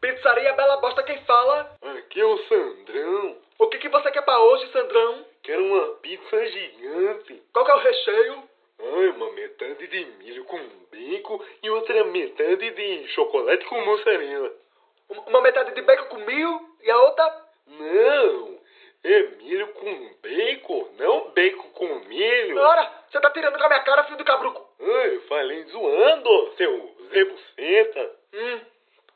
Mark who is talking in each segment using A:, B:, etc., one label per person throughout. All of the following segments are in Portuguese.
A: pizzaria Bela Bosta quem fala?
B: Aqui é o Sandrão.
A: O que, que você quer pra hoje, Sandrão?
B: Quero uma pizza gigante.
A: Qual que é o recheio?
B: Ai, uma metade de milho com bacon e outra metade de chocolate com mussarela.
A: Um- Uma metade de bacon com mil e a outra...
B: Não, é milho com bacon, não bacon com milho.
A: Ora, você tá tirando com a minha cara, filho do cabruco.
B: Ai, falei zoando, seu Zé Buceta.
A: Hum,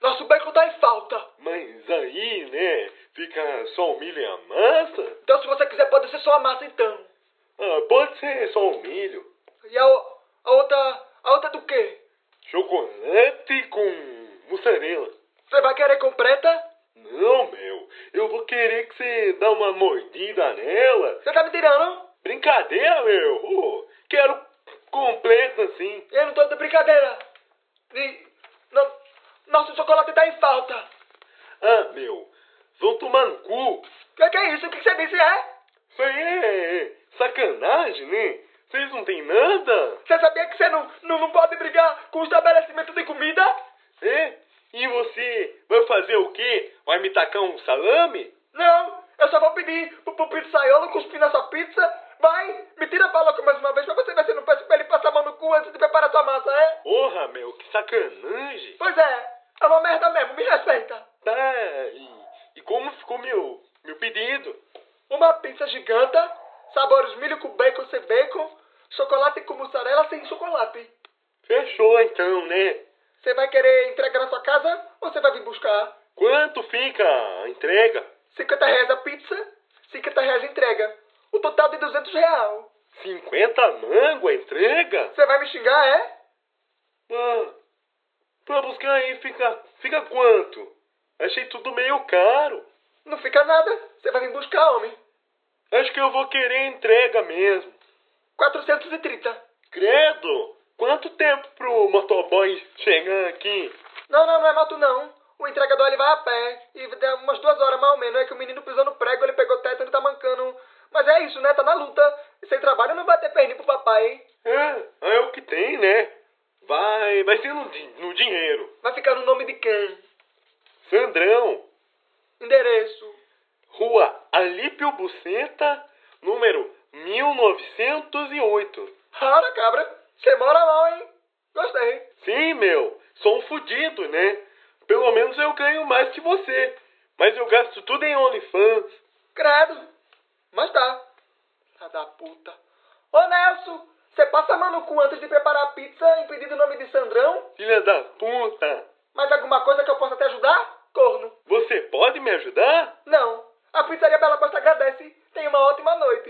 A: nosso bacon tá em falta.
B: Mas aí, né, fica só o milho e a massa?
A: Então se você quiser pode ser só a massa então.
B: Ah, pode ser só o milho.
A: E a, o- a outra... A outra do quê?
B: Chocolate com mussarela.
A: Você vai querer completa?
B: Não, meu, eu vou querer que você dá uma mordida nela.
A: Você tá me tirando?
B: Brincadeira, meu. Ô, quero completa, assim.
A: Eu não tô de brincadeira. E, não, nosso chocolate tá em falta.
B: Ah, meu, vou tomar no cu.
A: Que que é isso? O que que você disse, é?
B: Isso aí é sacanagem, né? Vocês não tem nada?
A: Você sabia que você não, não, não pode brigar com o estabelecimento de comida?
B: É? E você vai fazer o quê? Vai me tacar um salame?
A: Não, eu só vou pedir pro, pro pizzaiolo cuspir na sua pizza. Vai, me tira a paloca mais uma vez pra você ver se não peço pra ele passar a mão no cu antes de preparar sua massa, é?
B: Porra, meu, que sacanagem.
A: Pois é, é uma merda mesmo, me respeita.
B: Tá, e, e como ficou meu, meu pedido?
A: Uma pizza giganta, sabores milho com bacon sem bacon, chocolate com mussarela sem chocolate.
B: Fechou então, né?
A: Você vai querer entregar na sua casa ou você vai vir buscar?
B: Quanto fica a entrega?
A: 50 reais a pizza, 50 reais a entrega. O total de 200 reais.
B: 50 mango a entrega?
A: Você vai me xingar, é?
B: Ah, pra buscar aí fica, fica quanto? Achei tudo meio caro.
A: Não fica nada. Você vai vir buscar, homem.
B: Acho que eu vou querer a entrega mesmo.
A: 430.
B: Credo! Quanto tempo pro motoboy chegar aqui?
A: Não, não, não é mato não. O entregador ele vai a pé e dá umas duas horas mais ou menos. É que o menino pisou no prego, ele pegou o teto, ele tá mancando. Mas é isso, né? Tá na luta. E sem trabalho não vai ter pernil pro papai, hein?
B: É, é o que tem, né? Vai, vai ser no, di- no dinheiro.
A: Vai ficar no nome de quem?
B: Sandrão,
A: Endereço.
B: Rua Alípio Buceta, número 1908.
A: Rara, cabra. Você mora mal, hein? Gostei.
B: Sim, meu, sou um fudido, né? Pelo menos eu ganho mais que você. Mas eu gasto tudo em OnlyFans.
A: Credo. Mas tá. Filha da puta. Ô, Nelson, você passa a mão no cu antes de preparar a pizza em pedido em nome de Sandrão?
B: Filha da puta!
A: Mais alguma coisa que eu possa te ajudar? Corno.
B: Você pode me ajudar?
A: Não. A pizzaria Bela Costa agradece. Tenha uma ótima noite.